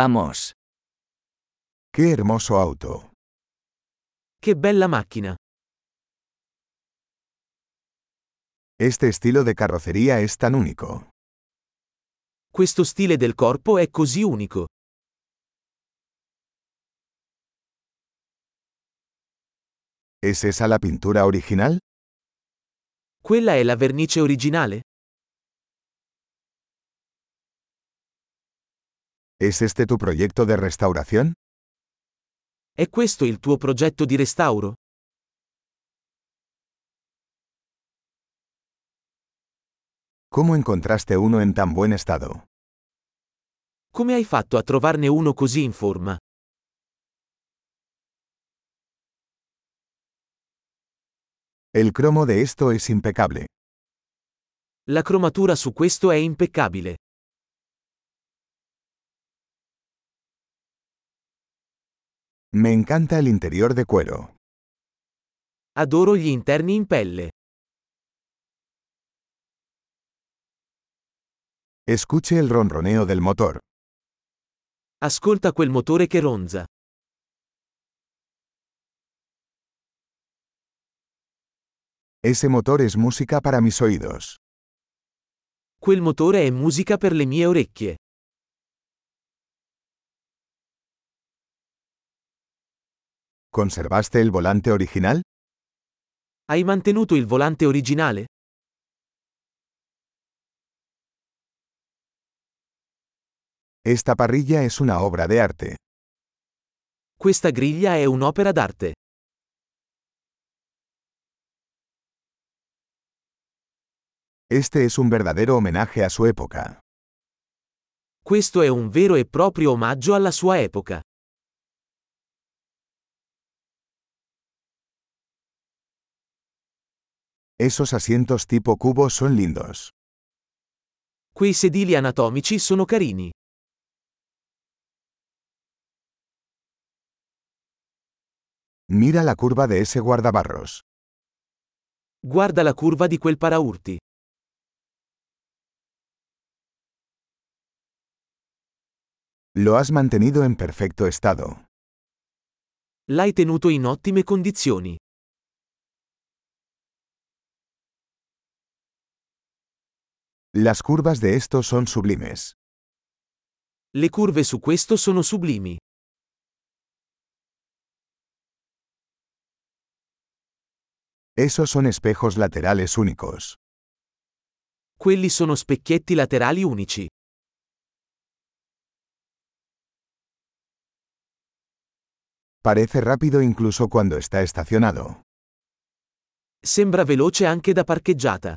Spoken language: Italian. Vamos. Qué hermoso auto. Che bella macchina. Este estilo de carrocería es tan único. Questo stile del corpo è così unico. ¿Es esa la pintura original? Quella è la vernice originale? ¿Es este tu proyecto de restauración? È questo il tuo progetto di restauro? ¿Cómo encontraste uno en tan buen estado? Come hai fatto a trovarne uno così in forma? El cromo de esto es impecable. La cromatura su questo è impeccabile. Me encanta el interior de cuero. Adoro gli interni in pelle. Escuche el ronroneo del motor. Ascolta quel motore che ronza. Ese motor es música para mis oídos. Quel motore è musica per le mie orecchie. ¿Conservaste el volante original? Hai mantenuto il volante originale? Esta parrilla es una obra de arte. Questa griglia è un'opera d'arte. Este es un verdadero homenaje a su época. Questo è un vero e proprio omaggio alla sua epoca. Esos asientos tipo cubo son lindos. Quei sedili anatomici sono carini. Mira la curva de ese guardabarros. Guarda la curva di quel paraurti. Lo has mantenido en perfecto estado. L'hai tenuto in ottime condizioni. Las curvas de estos son sublimes. Le curve su questo sono sublimi. Esos son espejos laterales únicos. Quelli sono specchietti laterali unici. Parece rápido incluso cuando está estacionado. Sembra veloce anche da parcheggiata.